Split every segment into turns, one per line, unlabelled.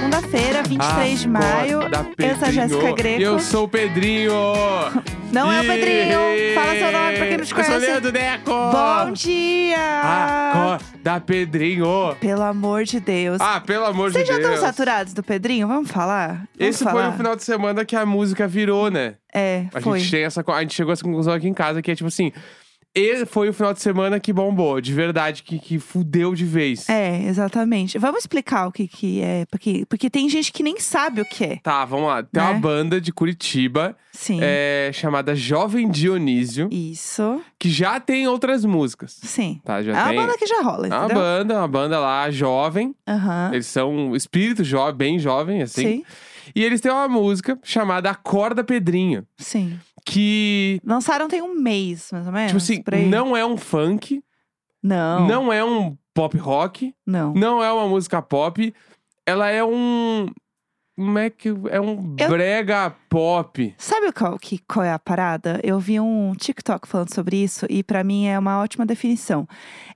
um é 23 de maio.
Acorda,
Eu sou a Jéssica
Pedrinho.
Greco.
Eu sou o Pedrinho.
Não é o Pedrinho.
Ih,
Fala seu nome pra quem não te
Eu
conhece.
sou o Leandro Deco.
Bom dia!
Acorda, Pedrinho.
Pelo amor de Deus.
Ah, pelo amor
Vocês
de
já
Deus.
estão saturados do Pedrinho? Vamos falar? Vamos
Esse
falar.
foi o final de semana que a música virou, né?
É,
A
foi.
gente, tem essa, co- a gente chegou a essa conclusão aqui em casa, que é tipo assim... Esse foi o final de semana que bombou, de verdade, que, que fudeu de vez.
É, exatamente. Vamos explicar o que, que é. Porque, porque tem gente que nem sabe o que é.
Tá, vamos lá. Tem uma
Né?
banda de Curitiba
Sim.
é, chamada Jovem Dionísio,
Isso.
que já tem outras músicas.
Sim.
Tá, já
É uma
tem.
banda que já rola,
É uma
entendeu?
banda, uma banda lá jovem.
Aham.
Eles são um espírito jovem, bem jovem, assim.
Sim.
E eles têm uma música chamada Acorda Pedrinho,
Sim.
que,
Lançaram tem um mês, mais ou menos.
tipo assim,
por aí.
não é um funk,
Não.
não. é um pop rock,
Não.
não é uma música pop, ela é um. Como é que. É um
Eu-
brega pop.
Sabe qual, que, qual é a parada? Eu vi um TikTok falando sobre isso e pra mim é uma ótima definição.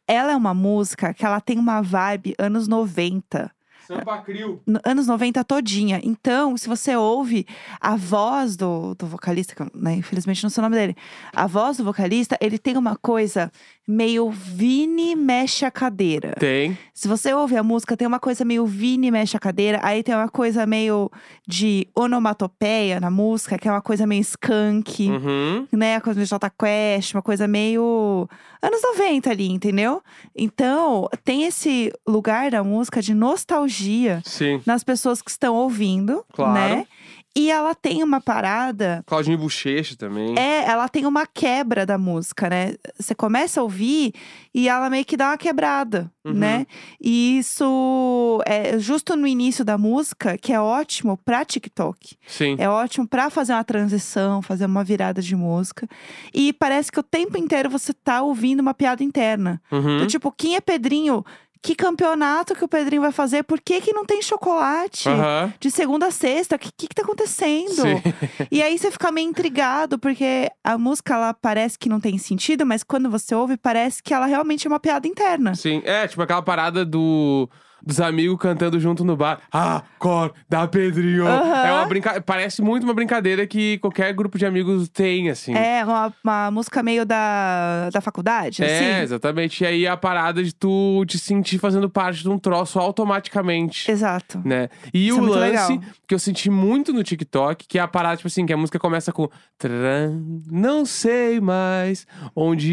Ela é uma música que ela tem uma vibe anos 90.
Sampa Crio.
no- anos 90 todinha. Então, se você ouve a voz do, do vocalista, que eu, né, infelizmente não sei o nome dele, a voz do vocalista, ele tem uma coisa meio Vini mexe a cadeira.
Tem.
Se você ouve a música, tem uma coisa meio Vini mexe a cadeira, aí tem uma coisa meio de onomatopeia na música, que é uma coisa meio skunk.
Uhum.
Né, a coisa meio Jota Quest, uma coisa meio anos 90 ali, entendeu? Então, tem esse lugar da música de nostalgia
Sim.
nas pessoas que estão ouvindo,
Claro.
né? E ela tem uma parada,
Claudinho Bochecha também.
é, ela tem uma quebra da música, né? Você começa a ouvir e ela meio que dá uma quebrada,
Uhum.
né? E isso é justo no início da música, que é ótimo pra TikTok.
Sim.
É ótimo pra fazer uma transição, fazer uma virada de música. E parece que o tempo inteiro você tá ouvindo uma piada interna.
Uhum.
Então, tipo, quem é Pedrinho? Que campeonato que o Pedrinho vai fazer? Por que que não tem chocolate?
Aham.
de segunda a sexta, o que, que que tá acontecendo?
Sim.
E aí você fica meio intrigado, porque a música, ela parece que não tem sentido, mas quando você ouve, parece que ela realmente é uma piada interna.
Sim. É, tipo aquela parada do. Dos amigos cantando junto no bar. Ah, cor da Pedrinho.
Aham.
É uma brincadeira. Parece muito uma brincadeira que qualquer grupo de amigos tem, assim.
É uma, uma música meio da, da faculdade,
É,
assim.
exatamente. E aí a parada de tu te sentir fazendo parte de um troço automaticamente.
Exato.
Né? E
Isso é
o
muito
lance
legal.
que eu senti muito no TikTok, que é a parada, tipo assim, que a música começa com tran, não sei mais onde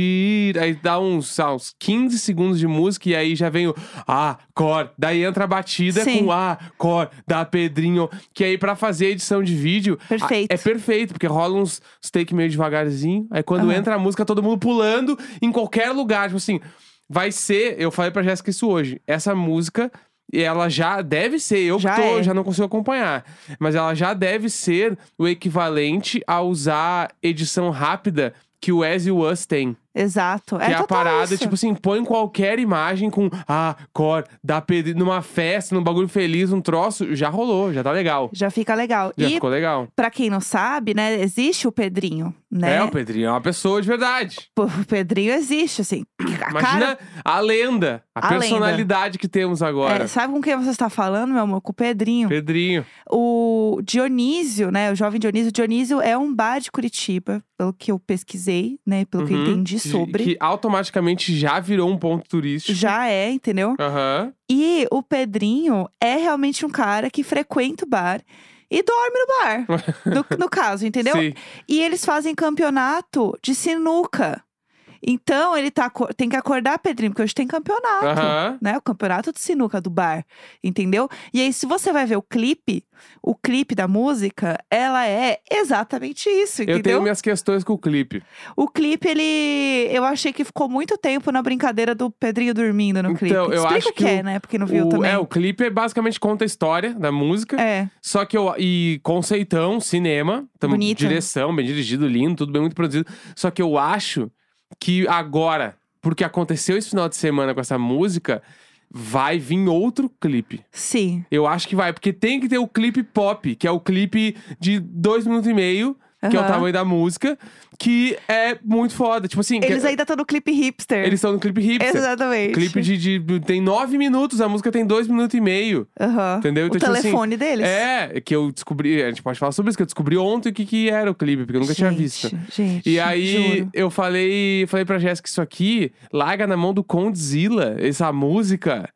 ir. Aí dá uns, sei lá, uns 15 segundos de música e aí já vem o acor. Daí entra a batida
Sim.
com acor da Pedrinho. Que aí pra fazer a edição de vídeo. a-
Perfeito.
É perfeito, porque rola uns, uns take meio devagarzinho. Aí quando
Aham.
entra a música, todo mundo pulando em qualquer lugar. Tipo assim, vai ser. Eu falei pra Jéssica isso hoje. Essa música. E ela já deve ser, eu
Já
que tô,
é.
já não consigo acompanhar. Mas ela já deve ser o equivalente a usar edição rápida que o As e o Us tem.
Exato.
que
é
é a
total
parada,
isso.
tipo assim, põe qualquer imagem com a cor da Pedro numa festa, num bagulho feliz, um troço, já rolou, já tá legal.
Já fica legal.
Já
e
ficou legal.
pra quem não sabe, né, existe o Pedrinho, né?
É, o Pedrinho é uma pessoa de verdade.
Pô, o Pedrinho existe, assim. A cara
Imagina a lenda, a,
A lenda.
personalidade que temos agora.
É, sabe com quem você está falando, meu amor? Com o Pedrinho.
Pedrinho.
O Dionísio, né? O jovem Dionísio. Dionísio é um bar de Curitiba, pelo que eu pesquisei, né? Pelo que eu
Uhum.
entendi
Que-
sobre.
Que automaticamente já virou um ponto turístico.
Já é, entendeu?
Aham.
E o Pedrinho é realmente um cara que frequenta o bar e dorme no bar. no, no caso, entendeu?
Sim.
E eles fazem campeonato de sinuca. Então ele tá, acor- tem que acordar, Pedrinho, porque hoje tem campeonato.
Aham.
né? O campeonato de sinuca do bar, entendeu? E aí, se você vai ver o clipe, o clipe da música, ela é exatamente isso,
Eu tenho
entendeu?
minhas questões com o clipe.
O clipe, ele. Eu achei que ficou muito tempo na brincadeira do Pedrinho dormindo no
Então,
clipe.
eu
Explica
acho
o que,
que
é,
o-
né? Porque não viu
o,
também.
é, o clipe é basicamente conta a história da música.
É,
Só que eu. E conceitão, cinema. Tamo,
Bonito.
Direção, bem dirigido, lindo, tudo bem muito produzido. Só que eu acho que agora, porque aconteceu esse final de semana com essa música, vai vir outro clipe.
sim.
Eu acho que vai, porque tem que ter o clipe pop, que é o clipe de dois minutos e meio, que é o
Aham.
tamanho da música, que é muito foda. Tipo assim, que-
Eles ainda estão no clipe hipster.
eles estão no clipe hipster.
Exatamente.
Clipe de, de- Tem nove minutos, a música tem dois minutos e meio.
Aham.
Entendeu?
O
Então, tipo assim,
telefone deles.
É, que eu descobri. A gente pode falar sobre isso, que eu descobri ontem o que, que era o clipe, porque eu nunca tinha
Gente,
visto.
Gente,
E aí
juro.
eu falei, falei pra Jéssica isso aqui, larga na mão do Condzilla, essa música.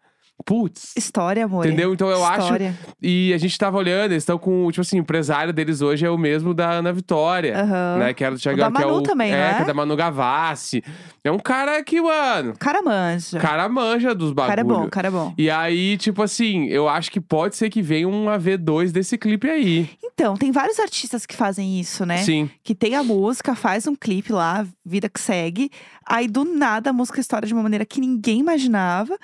Putz.
História, amor.
Entendeu? Então eu
História.
acho. E a gente tava olhando, eles estão com. Tipo assim, o empresário deles hoje é o mesmo da Ana Vitória.
Aham.
Né? Que era do Thiago,
da
que é
Manu
o,
também,
é,
não é?
que é da Manu Gavassi. É um cara que, mano.
Cara manja.
Cara manja dos bagulhos.
Cara é bom, cara é bom.
E aí, tipo assim, eu acho que pode ser que venha um uma V2 desse clipe aí.
Então, tem vários artistas que fazem isso, né?
Sim.
Que tem a música, faz um clipe lá, vida que segue. Aí do nada a música estoura de uma maneira que ninguém imaginava.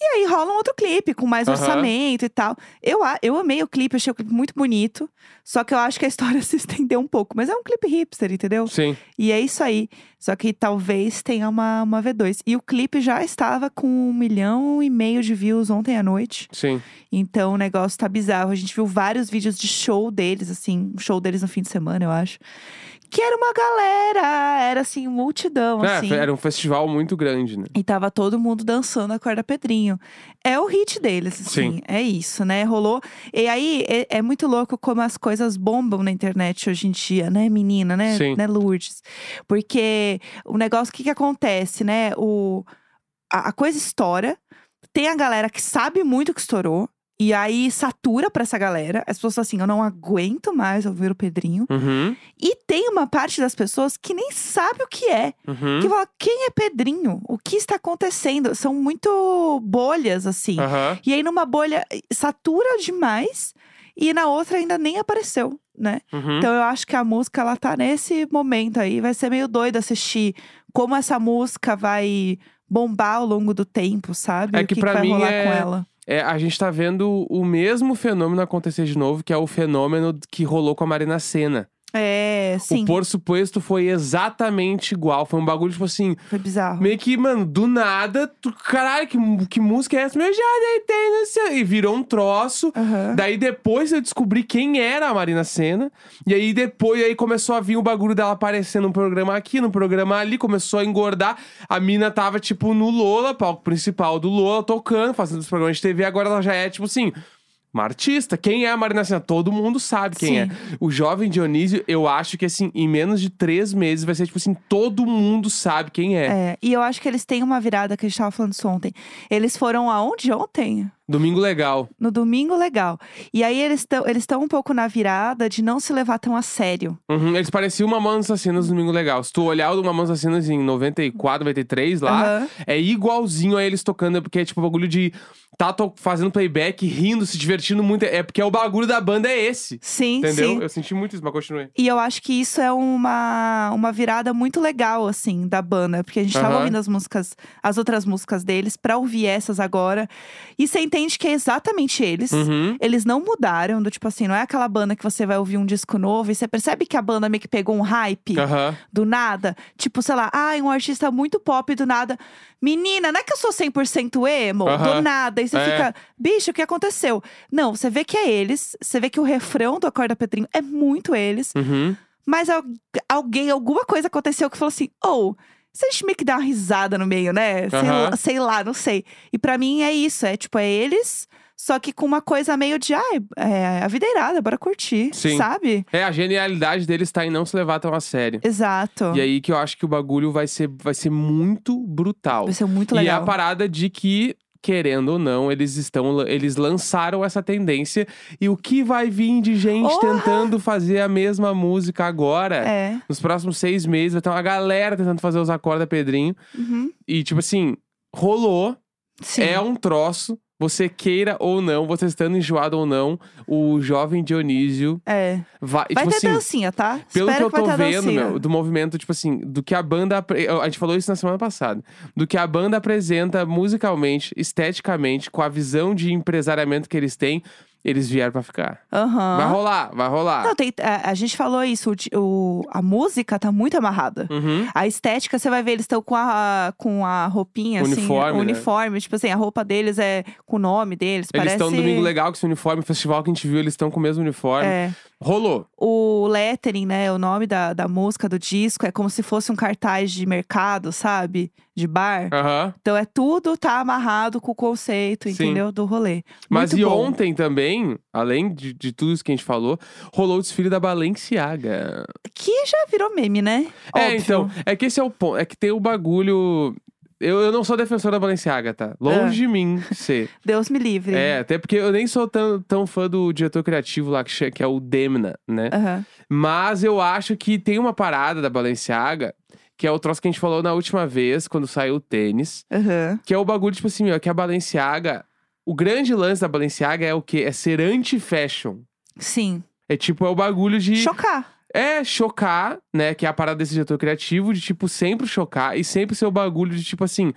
E aí rola um outro clipe, com mais
Aham.
orçamento e tal. Eu, a- eu amei o clipe, achei o clipe muito bonito. Só que eu acho que a história se estendeu um pouco. Mas é um clipe hipster, entendeu?
Sim.
E é isso aí. Só que talvez tenha uma, uma V2. E o clipe já estava com um milhão e meio de views ontem à noite.
Sim.
Então o negócio tá bizarro. A gente viu vários vídeos de show deles, assim, um show deles no fim de semana, eu acho. Que era uma galera, era assim, multidão,
É,
assim.
era um festival muito grande, né?
E tava todo mundo dançando a corda Pedrinho. É o hit deles, assim.
Sim.
É isso, né? Rolou. E aí é, é muito louco como as coisas bombam na internet hoje em dia, né, menina, né?
Sim.
né Lourdes? Porque o negócio, o que, que acontece, né? O, a, a coisa estoura. Tem a galera que sabe muito que estourou. E aí satura pra essa galera. As pessoas falam assim: eu não aguento mais ouvir o Pedrinho.
Uhum.
E tem uma parte das pessoas que nem sabe o que é.
Uhum.
Que fala, quem é Pedrinho? O que está acontecendo? São muito bolhas, assim.
Aham.
E aí, numa bolha, eh, satura demais. E na outra ainda nem apareceu, né?
Uhum.
Então eu acho que a música, ela tá nesse momento aí. Vai ser meio doido assistir como essa música vai bombar ao longo do tempo, sabe?
É
o
que
que,
pra
vai
mim
rolar
é-
com ela.
É, a gente tá vendo o mesmo fenômeno acontecer de novo, que é o fenômeno que rolou com a Marina Senna.
É, sim.
O Por Suposto foi exatamente igual. Foi um bagulho, tipo assim,
Foi bizarro.
meio que, mano, do nada, tu- caralho, que, mu- que música é essa? Meu, já deitei, não sei. E virou um troço.
Aham.
Daí depois eu descobri quem era a Marina Senna. E aí depois aí começou a vir o bagulho dela aparecer num programa aqui, num programa ali, começou a engordar. A mina tava, tipo, no Lola, palco principal do Lola, tocando, fazendo os programas de TV. Agora ela já é, tipo assim. Uma artista. Quem é a Marina Senna? Todo mundo sabe quem
Sim.
é. O jovem Dionísio, eu acho que, assim, em menos de três meses vai ser, tipo assim, todo mundo sabe quem é.
É, e eu acho que eles têm uma virada que a gente tava falando isso ontem. Eles foram aonde ontem?
Domingo Legal.
No domingo, legal. E aí eles estão eles tão um pouco na virada de não se levar tão a sério.
Uhum, eles pareciam uma Mamonas Assassinas no Domingo Legal. Se tu olhar o Mamonas Assassinas em 94, 93 lá,
Aham.
é igualzinho a eles tocando, porque é tipo o bagulho de tá to- fazendo playback, rindo, se divertindo muito. É porque é o bagulho da banda é esse.
Sim,
Entendeu?
sim.
Eu senti muito isso, mas continuei.
E eu acho que isso é uma, uma virada muito legal, assim, da banda. Porque a gente tava
Aham.
ouvindo as músicas, as outras músicas deles, pra ouvir essas agora. E você entende que é exatamente eles.
Uhum.
Eles não mudaram, do tipo assim, não é aquela banda que você vai ouvir um disco novo e você percebe que a banda meio que pegou um hype.
Aham.
do nada. Tipo, sei lá, ai, um artista muito pop do nada. Menina, não é que eu sou 100% emo?
Aham.
Do nada. E você
É.
fica, bicho, o que aconteceu? Não, você vê que é eles, você vê que o refrão do Acorda Pedrinho é muito eles,
Uhum.
mas al- alguém, alguma coisa aconteceu que falou assim, ou. se a gente meio que dá uma risada no meio, né? Sei,
Aham.
lá, sei lá, não sei. E pra mim é isso, é tipo, é eles, só que com uma coisa meio de, ai, é, a vida é irada, bora curtir,
Sim.
sabe?
É, a genialidade deles tá em não se levar tão a sério.
Exato.
E aí que eu acho que o bagulho vai ser, vai ser muito brutal.
Vai ser é muito
E é
legal.
a parada de que, querendo ou não, eles estão. Eles lançaram essa tendência. E o que vai vir de gente
Porra!
tentando fazer a mesma música agora?
É.
Nos próximos seis meses, vai ter uma galera tentando fazer os acordes da Pedrinho.
Uhum.
E, tipo assim, rolou,
Sim.
é um troço. Você queira ou não, você estando enjoado ou não, o jovem Dionísio
É.
vai.
Vai
tipo
ter
assim,
dancinha, tá?
pelo
Espero
que eu tô
vai ter
vendo,
dancinha.
meu, do movimento, tipo assim, do que a banda. apre- A gente falou isso na semana passada. Do que a banda apresenta musicalmente, esteticamente, com a visão de empresariamento que eles têm. Eles vieram pra ficar.
Aham.
Vai rolar, vai rolar.
Não, tem- é, a, a gente falou isso, o di- o- a música tá muito amarrada.
Uhum.
A estética, você vai ver, eles estão com a, com a roupinha,
Uniforme,
assim,
né?
uniforme. Tipo assim, a roupa deles é com o nome deles.
Eles
parece...
estão no Domingo Legal com esse uniforme, festival que a gente viu, eles estão com o mesmo uniforme.
É.
Rolou.
O lettering, né? O nome da, da música, do disco, é como se fosse um cartaz de mercado, sabe? De bar.
Aham.
Então é tudo tá amarrado com o conceito,
Ah. Sim.
entendeu? Do rolê.
Mas
Muito
e
bom.
ontem também, além de, de tudo isso que a gente falou, rolou o desfile da Balenciaga.
Que já virou meme, né?
É,
Óbvio.
então, é que esse é o ponto. É que tem o bagulho. Eu, eu não sou defensor da Balenciaga, tá? Longe
Ah.
de mim ser.
Deus me livre.
É, até porque eu nem sou tão, tão fã do diretor criativo lá, que, che- que é o Demna, né?
Aham.
Mas eu acho que tem uma parada da Balenciaga, que é o troço que a gente falou na última vez, quando saiu o tênis,
Aham.
que é o bagulho, tipo assim, ó, que a Balenciaga. O grande lance da Balenciaga é o quê? É ser anti-fashion.
Sim.
É tipo, é o bagulho de.
Chocar.
É chocar, né? Que é a parada desse diretor criativo, de tipo, sempre chocar e sempre ser o bagulho de tipo assim,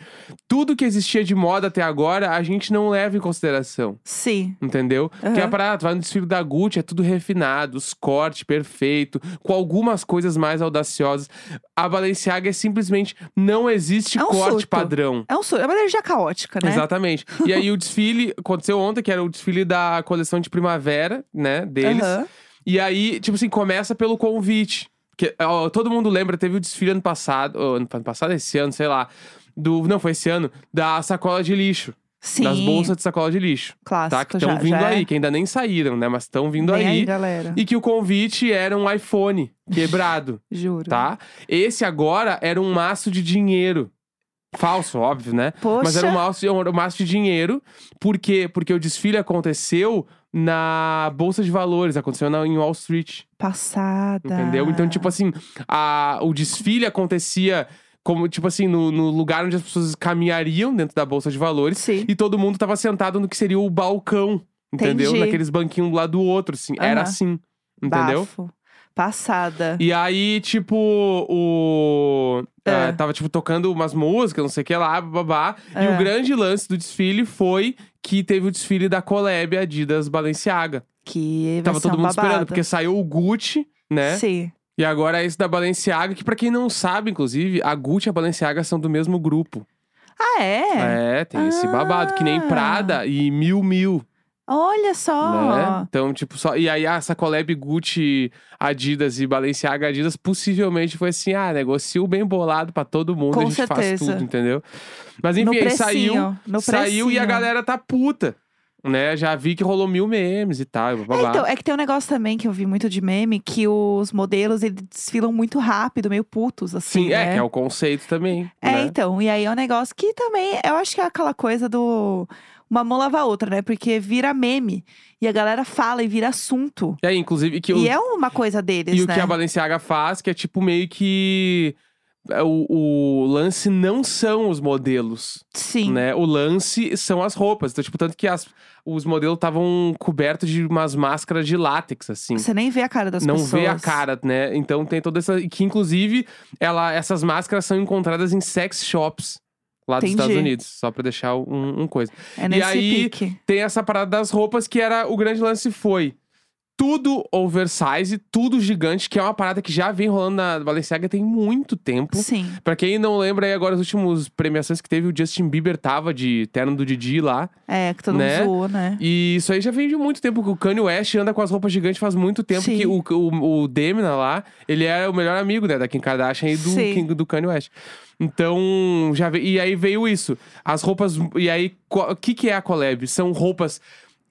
tudo que existia de moda até agora, a gente não leva em consideração.
Sim.
Entendeu?
Aham.
Que é a parada, tu vai no desfile da Gucci, é tudo refinado, os cortes perfeito, com algumas coisas mais audaciosas. A Balenciaga é simplesmente não existe
É um
corte
surto.
padrão.
É um surto. É uma energia caótica, né?
Exatamente. E aí o desfile aconteceu ontem, que era o desfile da coleção de primavera, né, deles.
Aham.
E aí, tipo assim, começa pelo convite. Que, ó, todo mundo lembra, teve o desfile ano passado, ou ano, ano passado, esse ano, sei lá. Do, não, foi esse ano, da sacola de lixo.
Sim.
Das bolsas de sacola de lixo.
Clássico,
tá? Que
já,
estão vindo
já
aí,
É.
que ainda nem saíram, né? Mas estão vindo
Vem
aí.
aí, galera.
E que o convite era um iPhone quebrado,
Juro.
tá? Esse agora era um maço de dinheiro. Falso, óbvio, né?
Poxa.
Mas era um maço, era um maço de dinheiro. Por quê? Porque o desfile aconteceu na Bolsa de Valores, aconteceu na, em Wall Street.
Passada.
Entendeu? Então, tipo assim, a, o desfile acontecia como, tipo assim, no, no lugar onde as pessoas caminhariam dentro da Bolsa de Valores.
Sim.
E todo mundo tava sentado no que seria o balcão. Entendeu?
Entendi.
Naqueles banquinhos um do lado do outro, assim. Era
Aham.
assim. Entendeu?
Bafo. Passada.
E aí, tipo, o.
É.
ah, tava, tipo, tocando umas músicas, não sei o que lá, babá. E
É.
o grande lance do desfile foi que teve o desfile da Collab Adidas Balenciaga.
Que vai
Tava
ser
todo
um
mundo
babado.
esperando, porque saiu o Gucci, né?
Sim.
E agora é esse da Balenciaga, que pra quem não sabe, inclusive, a Gucci e a Balenciaga são do mesmo grupo.
Ah, é?
É, tem esse
Ah.
babado, que nem Prada e Mil Mil,
Olha só.
né? Então, tipo, só... E aí essa collab Gucci, Adidas e Balenciaga Adidas possivelmente foi assim, ah, negocio bem bolado pra todo mundo,
Com
a gente faz
certeza.
tudo, entendeu? Mas enfim,
no
aí
precinho.
saiu,
no
saiu e a
precinho.
galera tá puta, né? Já vi que rolou mil memes e tal, e
É,
babá.
então, é que tem um negócio também que eu vi muito de meme, que os modelos, eles desfilam muito rápido, meio putos, assim,
Sim,
né?
é, que é o conceito também,
É,
né?
então, e aí é um negócio que também, eu acho que é aquela coisa do uma mão lava a outra, né? Porque vira meme e a galera fala e vira assunto.
E aí, inclusive, que o
E é uma coisa deles,
E o
né?
que a Balenciaga faz, que é tipo meio que. é, O, o lance não são os modelos,
Sim.
né? O lance são as roupas. Então, tipo, tanto que as- os modelos estavam cobertos de umas máscaras de látex, assim.
Você nem vê a cara das
não
pessoas.
vê a cara, né? Então tem toda essa. e Que inclusive ela, essas máscaras são encontradas em sex shops lá dos
Entendi.
Estados Unidos. Só pra deixar um, um coisa.
É nesse
aí-
pique.
Tem essa parada das roupas que era. O grande lance foi tudo oversize, tudo gigante, que é uma parada que já vem rolando na Balenciaga tem muito tempo.
Sim.
Pra quem não lembra aí agora, as últimas premiações que teve, o Justin Bieber tava de terno do Didi lá.
É, que todo
Né?
mundo zoou, né?
E isso aí já vem de muito tempo, que o Kanye West anda com as roupas gigantes faz muito tempo.
Sim.
Que o, o, o Demna lá, ele é o melhor amigo, né, da Kim Kardashian e do,
Sim.
Kim- do Kanye West. Então, já veio, e aí veio isso. As roupas, e aí, co- o que que é a collab? São roupas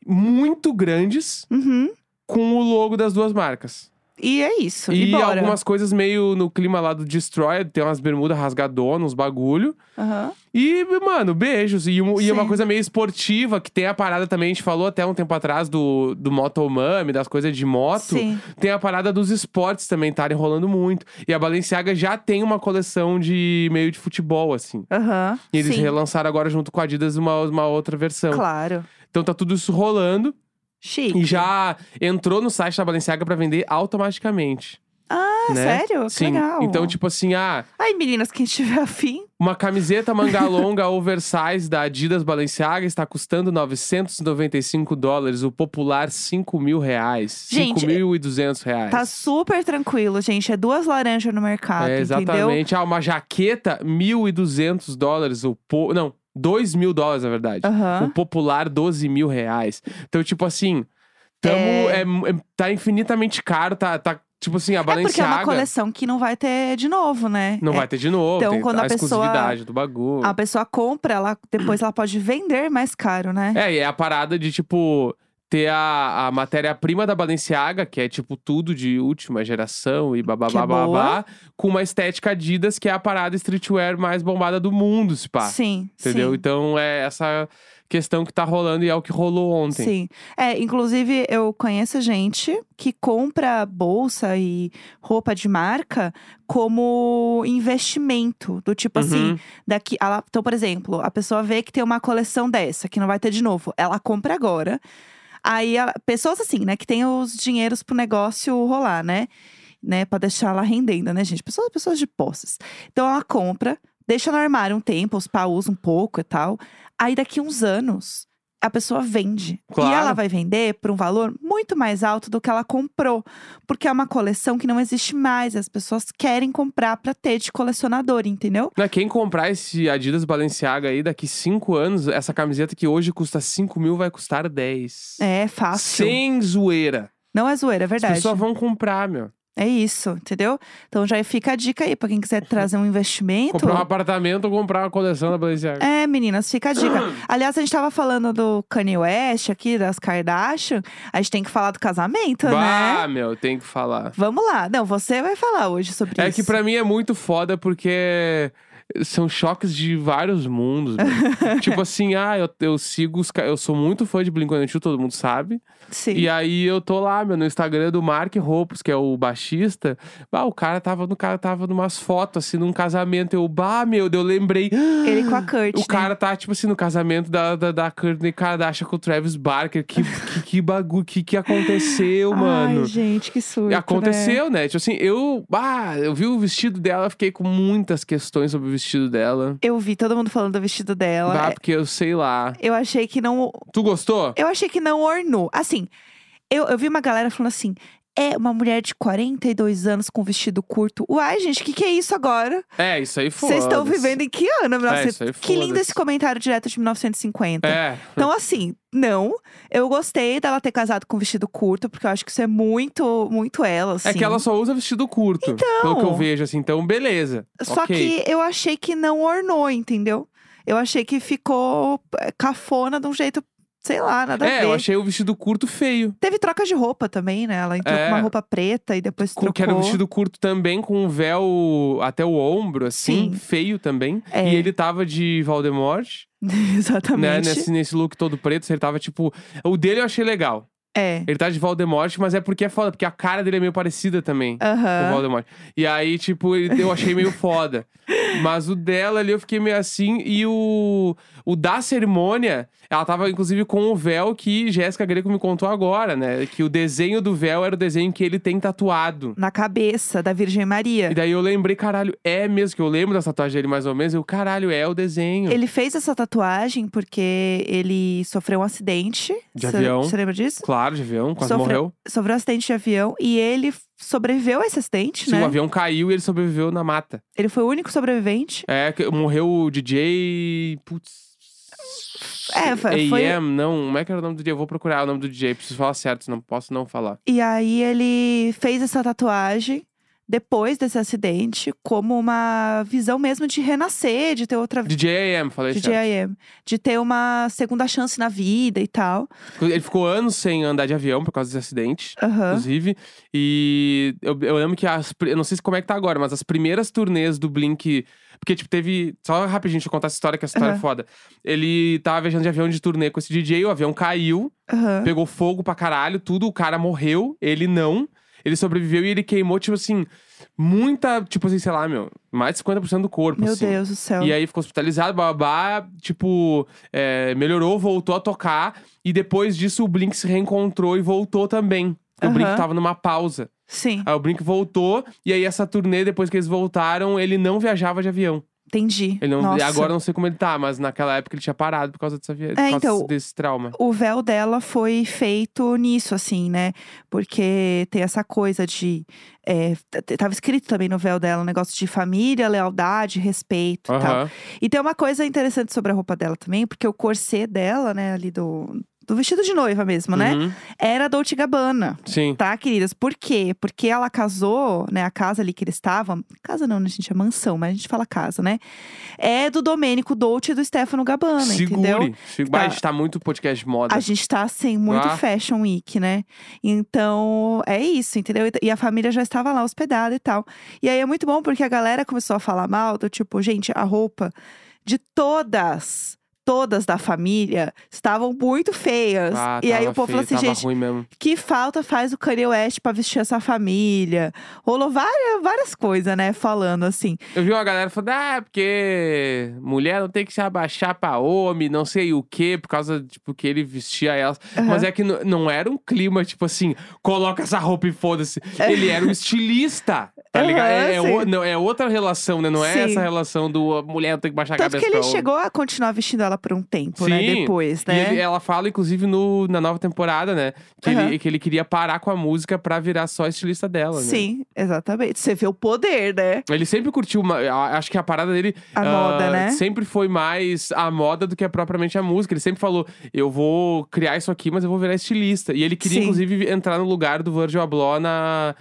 muito grandes
Uhum.
com o logo das duas marcas.
E é isso.
E
E, bora.
algumas coisas meio no clima lá do Destroyer, tem umas bermudas rasgadonas, uns bagulho.
Aham. E
E, mano, beijos. E, um- e uma
Sim.
coisa meio esportiva, que tem a parada também, a gente falou até um tempo atrás do, do Motomami, das coisas de moto.
Sim.
Tem a parada dos esportes também, tá enrolando muito. E a Balenciaga já tem uma coleção de meio de futebol, assim.
Aham.
E eles
Sim.
relançaram agora junto com a Adidas uma, uma outra versão.
Claro.
Então tá tudo isso rolando.
Chique.
E já entrou no site da Balenciaga pra vender automaticamente.
Ah,
né?
sério? Que
Sim.
legal.
Então, tipo assim, ah,
Ai, meninas, quem tiver afim.
uma camiseta manga longa oversize da Adidas Balenciaga está custando 995 dólares, o popular 5 mil reais.
Gente,
5.200 reais.
Tá super tranquilo, gente. É duas laranjas no mercado,
é,
entendeu?
exatamente. Ah, uma jaqueta, 1.200 dólares, o po... não, 2 mil dólares, na verdade.
Aham.
O popular, 12 mil reais. Então, tipo assim, tamo,
É.
é... é- tá infinitamente caro, tá, tá tipo assim, a
É porque é uma
Balenciaga
coleção que não vai ter de novo, né?
não
É,
vai ter de novo,
Então,
tem
quando a pessoa-
exclusividade do bagulho.
A pessoa compra, ela, depois ela pode vender mais caro, né?
É, e é a parada de, tipo, ter a, a matéria-prima da Balenciaga, que é, tipo, tudo de última geração e
Que é boa.
babá, babá, com uma estética Adidas, que é a parada streetwear mais bombada do mundo, se pá.
Sim,
Entendeu?
sim.
Então é essa questão que tá rolando e é o que rolou ontem.
Sim. É, inclusive, eu conheço gente que compra bolsa e roupa de marca como investimento. Do tipo assim,
Uhum.
daqui. ela- então, por exemplo, a pessoa vê que tem uma coleção dessa, que não vai ter de novo. Ela compra agora. Aí, ela- pessoas assim, né, que tem os dinheiros pro negócio rolar, né? Né, pra deixar ela rendendo, né, gente? Pessoas, pessoas de posses. Então ela compra, deixa no armário um tempo, os pau usa um pouco e tal. Aí daqui uns anos, a pessoa vende.
Claro.
E ela vai vender por um valor muito mais alto do que ela comprou. Porque é uma coleção que não existe mais. As pessoas querem comprar pra ter de colecionador, entendeu?
Né, Quem comprar esse Adidas Balenciaga aí, daqui cinco anos, essa camiseta que hoje custa 5 mil vai custar 10.
É fácil.
Sem zoeira.
Não é zoeira, é
As
verdade.
pessoas vão comprar, meu.
É isso, entendeu? Então já fica a dica aí pra quem quiser trazer um investimento.
Comprar um apartamento ou comprar uma coleção da Balenciaga.
É, meninas, fica a dica. Aliás, a gente tava falando do Kanye West aqui, das Kardashian. A gente tem que falar do casamento, né?
bah, meu, tem que falar.
Vamos lá. Não, você vai falar hoje sobre
É
isso.
que pra mim é muito foda porque são choques de vários mundos. meu. tipo assim, ah, eu, eu sigo os. ca- Eu sou muito fã de Blink-182, todo mundo sabe.
Sim.
E aí eu tô lá, meu, no Instagram do Mark Ropos, que é o baixista. Bah, o cara tava no cara tava numas fotos assim num casamento, eu, bah, meu, daí eu lembrei.
Ele com a Kurt.
O cara tá, tipo assim, no casamento da, da, da Kourtney Kardashian com o Travis Barker. Que, que, que bagulho, que que aconteceu, mano?
Ai, gente, que surto.
é E
né?
Aconteceu, né? Tipo assim, eu. Ah, eu vi o vestido dela, fiquei com muitas questões sobre o vestido dela.
Eu vi todo mundo falando do vestido dela. É,
Bah, porque eu sei lá.
Eu achei que não.
Tu gostou?
Eu achei que não ornou. Assim, eu, eu vi uma galera falando assim. É uma mulher de 42 anos com vestido curto. Uai, gente, o que, que é isso agora?
É, isso aí foi.
Vocês estão vivendo em que ano?
É,
1900?
isso aí
que lindo
foda-se.
esse comentário direto de 1950.
É.
Então, assim, não. Eu gostei dela ter casado com um vestido curto, porque eu acho que isso é muito, muito ela, assim.
É que ela só usa vestido curto. Pelo que eu vejo, assim. Então, beleza.
Só
Ok.
que eu achei que não ornou, entendeu? Eu achei que ficou é, cafona de um jeito, sei lá, nada a
É,
ver.
eu achei o vestido curto feio.
Teve troca de roupa também, né? Ela entrou
É.
com uma roupa preta e depois
Com-
trocou.
Que era um vestido curto também, com um véu até o ombro, assim.
Sim.
Feio também.
É.
E ele tava de Valdemort, né?
Exatamente.
Nesse, nesse look todo preto. Ele tava, tipo... O dele eu achei legal.
É.
Ele tá de Valdemort, mas é porque é foda. Porque a cara dele é meio parecida também. com o
Aham.
Voldemort. E aí, tipo, ele- eu achei meio foda. Mas o dela ali eu fiquei meio assim. E o, o da cerimônia, ela tava inclusive com o véu que Jéssica Greco me contou agora, né? Que o desenho do véu era o desenho que ele tem tatuado.
Na cabeça da Virgem Maria.
E daí eu lembrei, caralho, é mesmo que eu lembro da tatuagem dele mais ou menos. Eu, caralho, é o desenho.
Ele fez essa tatuagem porque ele sofreu um acidente.
De
Você-
avião.
Você lembra disso?
Claro, de avião, quase
Sofre-
morreu.
Sofreu um acidente de avião e ele sobreviveu a esse acidente,
Sim,
né?
o avião caiu e ele sobreviveu na mata.
Ele foi o único sobrevivente.
É, que- morreu o DJ. Putz.
É, fa- foi-
AM, não, como é que era o nome do DJ? Eu vou procurar o nome do DJ, preciso falar certo, não posso não falar.
E aí ele fez essa tatuagem depois desse acidente, como uma visão mesmo de renascer, de ter outra vida.
DJ AM, falei
De JIM, de ter uma segunda chance na vida e tal.
certo. Ele ficou anos sem andar de avião por causa desse acidente.
Aham.
Inclusive, e eu, eu lembro que as. pri- Eu não sei se como é que tá agora, mas as primeiras turnês do Blink. Porque, tipo, teve. Só rapidinho, deixa eu contar essa história, que essa história
Aham.
é foda. Ele tava viajando de avião de turnê com esse DJ, o avião caiu.
aham.
Pegou fogo pra caralho, tudo. O cara morreu, ele não. Ele sobreviveu e ele queimou, tipo assim, muita. Tipo assim, sei lá, meu. Mais de 50% do corpo,
Meu
assim.
Deus do céu.
E aí ficou hospitalizado, babá, tipo, é, melhorou, voltou a tocar. E depois disso o Blink se reencontrou e voltou também. O
Aham.
Blink tava numa pausa.
Sim,
Aí o Brink voltou, e aí essa turnê, depois que eles voltaram, ele não viajava de avião.
entendi.
Ele não,
Nossa.
agora eu não sei como ele tá, mas naquela época ele tinha parado por causa, dessa via, por causa
então,
desse trauma.
o véu dela foi feito nisso, assim, né? Porque tem essa coisa de. É, t- tava escrito também no véu dela um negócio de família, lealdade, respeito e tal.
Aham.
E tem uma coisa interessante sobre a roupa dela também, porque o corset dela, né, ali do. Do vestido de noiva mesmo, né?
Uhum.
Era Dolce Gabbana.
Sim.
Tá, queridas? Por quê? Porque ela casou, né? A casa ali que eles estavam. Casa não, né, gente? É mansão, mas a gente fala casa, né? É do Domênico Dolce e do Stefano Gabbana, entendeu?
Segure. Segure.
Tá.
Mas tá muito podcast moda.
A gente tá assim, muito
Ah.
fashion week, né? Então, é isso, entendeu? E- E a família já estava lá hospedada e tal. E aí é muito bom porque a galera começou a falar mal do tipo, gente, a roupa de todas, todas da família estavam muito feias.
Ah,
e aí
tava
o povo
feio,
falou assim,
tava
gente,
ruim mesmo.
que falta faz o Kanye West pra vestir essa família? Rolou várias, várias coisas, né? Falando assim.
Eu vi uma galera falando, ah, porque mulher não tem que se abaixar pra homem, não sei o quê, por causa, tipo, que ele vestia elas.
Aham.
Mas é que n- não era um clima, tipo assim, coloca essa roupa e foda-se. Ele era um estilista, tá
Aham,
ligado? É, é
sim.
o- não, é outra relação, né? Não é
Sim.
essa relação do a mulher não tem que baixar a
Tanto
cabeça
que ele
pra homem.
chegou a continuar vestindo ela por um tempo, né?
Sim.
Depois, né?
E ele- ela fala, inclusive, no, na nova temporada, né? Que,
Aham.
ele, que ele queria parar com a música pra virar só estilista dela, né?
Sim, exatamente. Você vê o poder, né?
Ele sempre curtiu, uma, a- acho que a parada dele
A
ah,
moda, né?
sempre foi mais a moda do que é propriamente a música. Ele sempre falou: eu vou criar isso aqui, mas eu vou virar estilista. E ele queria,
Sim.
inclusive, entrar no lugar do Virgil Abloh na,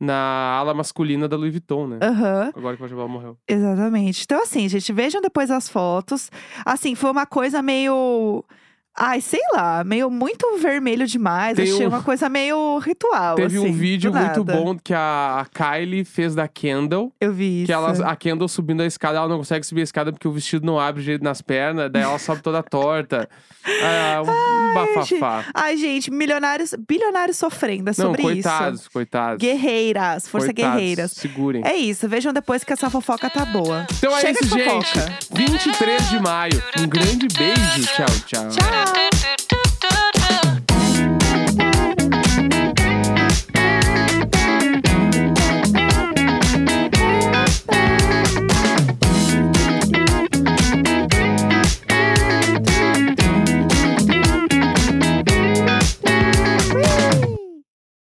na ala masculina da Louis Vuitton, né?
Aham,
Agora que o Virgil Abloh morreu.
exatamente. Então, assim, gente, vejam depois as fotos. Assim, foi uma coisa meio. Ai, sei lá, meio muito vermelho demais.
Tem
Achei
um-
uma coisa meio ritual.
Teve
assim,
um
do
vídeo muito
nada.
bom que a, a Kylie fez da Kendall.
Eu vi isso.
Que ela, a Kendall subindo a escada, ela não consegue subir a escada porque o vestido não abre direito nas pernas, daí ela sobe toda torta. É, um bafafá.
Ai, gente, milionários, bilionários sofrendo é
Não,
sobre
coitados,
isso.
coitados.
Guerreiras, força
Coitados,
guerreiras.
Segurem.
É isso, vejam depois que essa fofoca tá boa.
Então é
Chega
isso,
de
gente.
fofoca.
23 de maio. Um grande beijo. Tchau, tchau.
Tchau.
Tchau.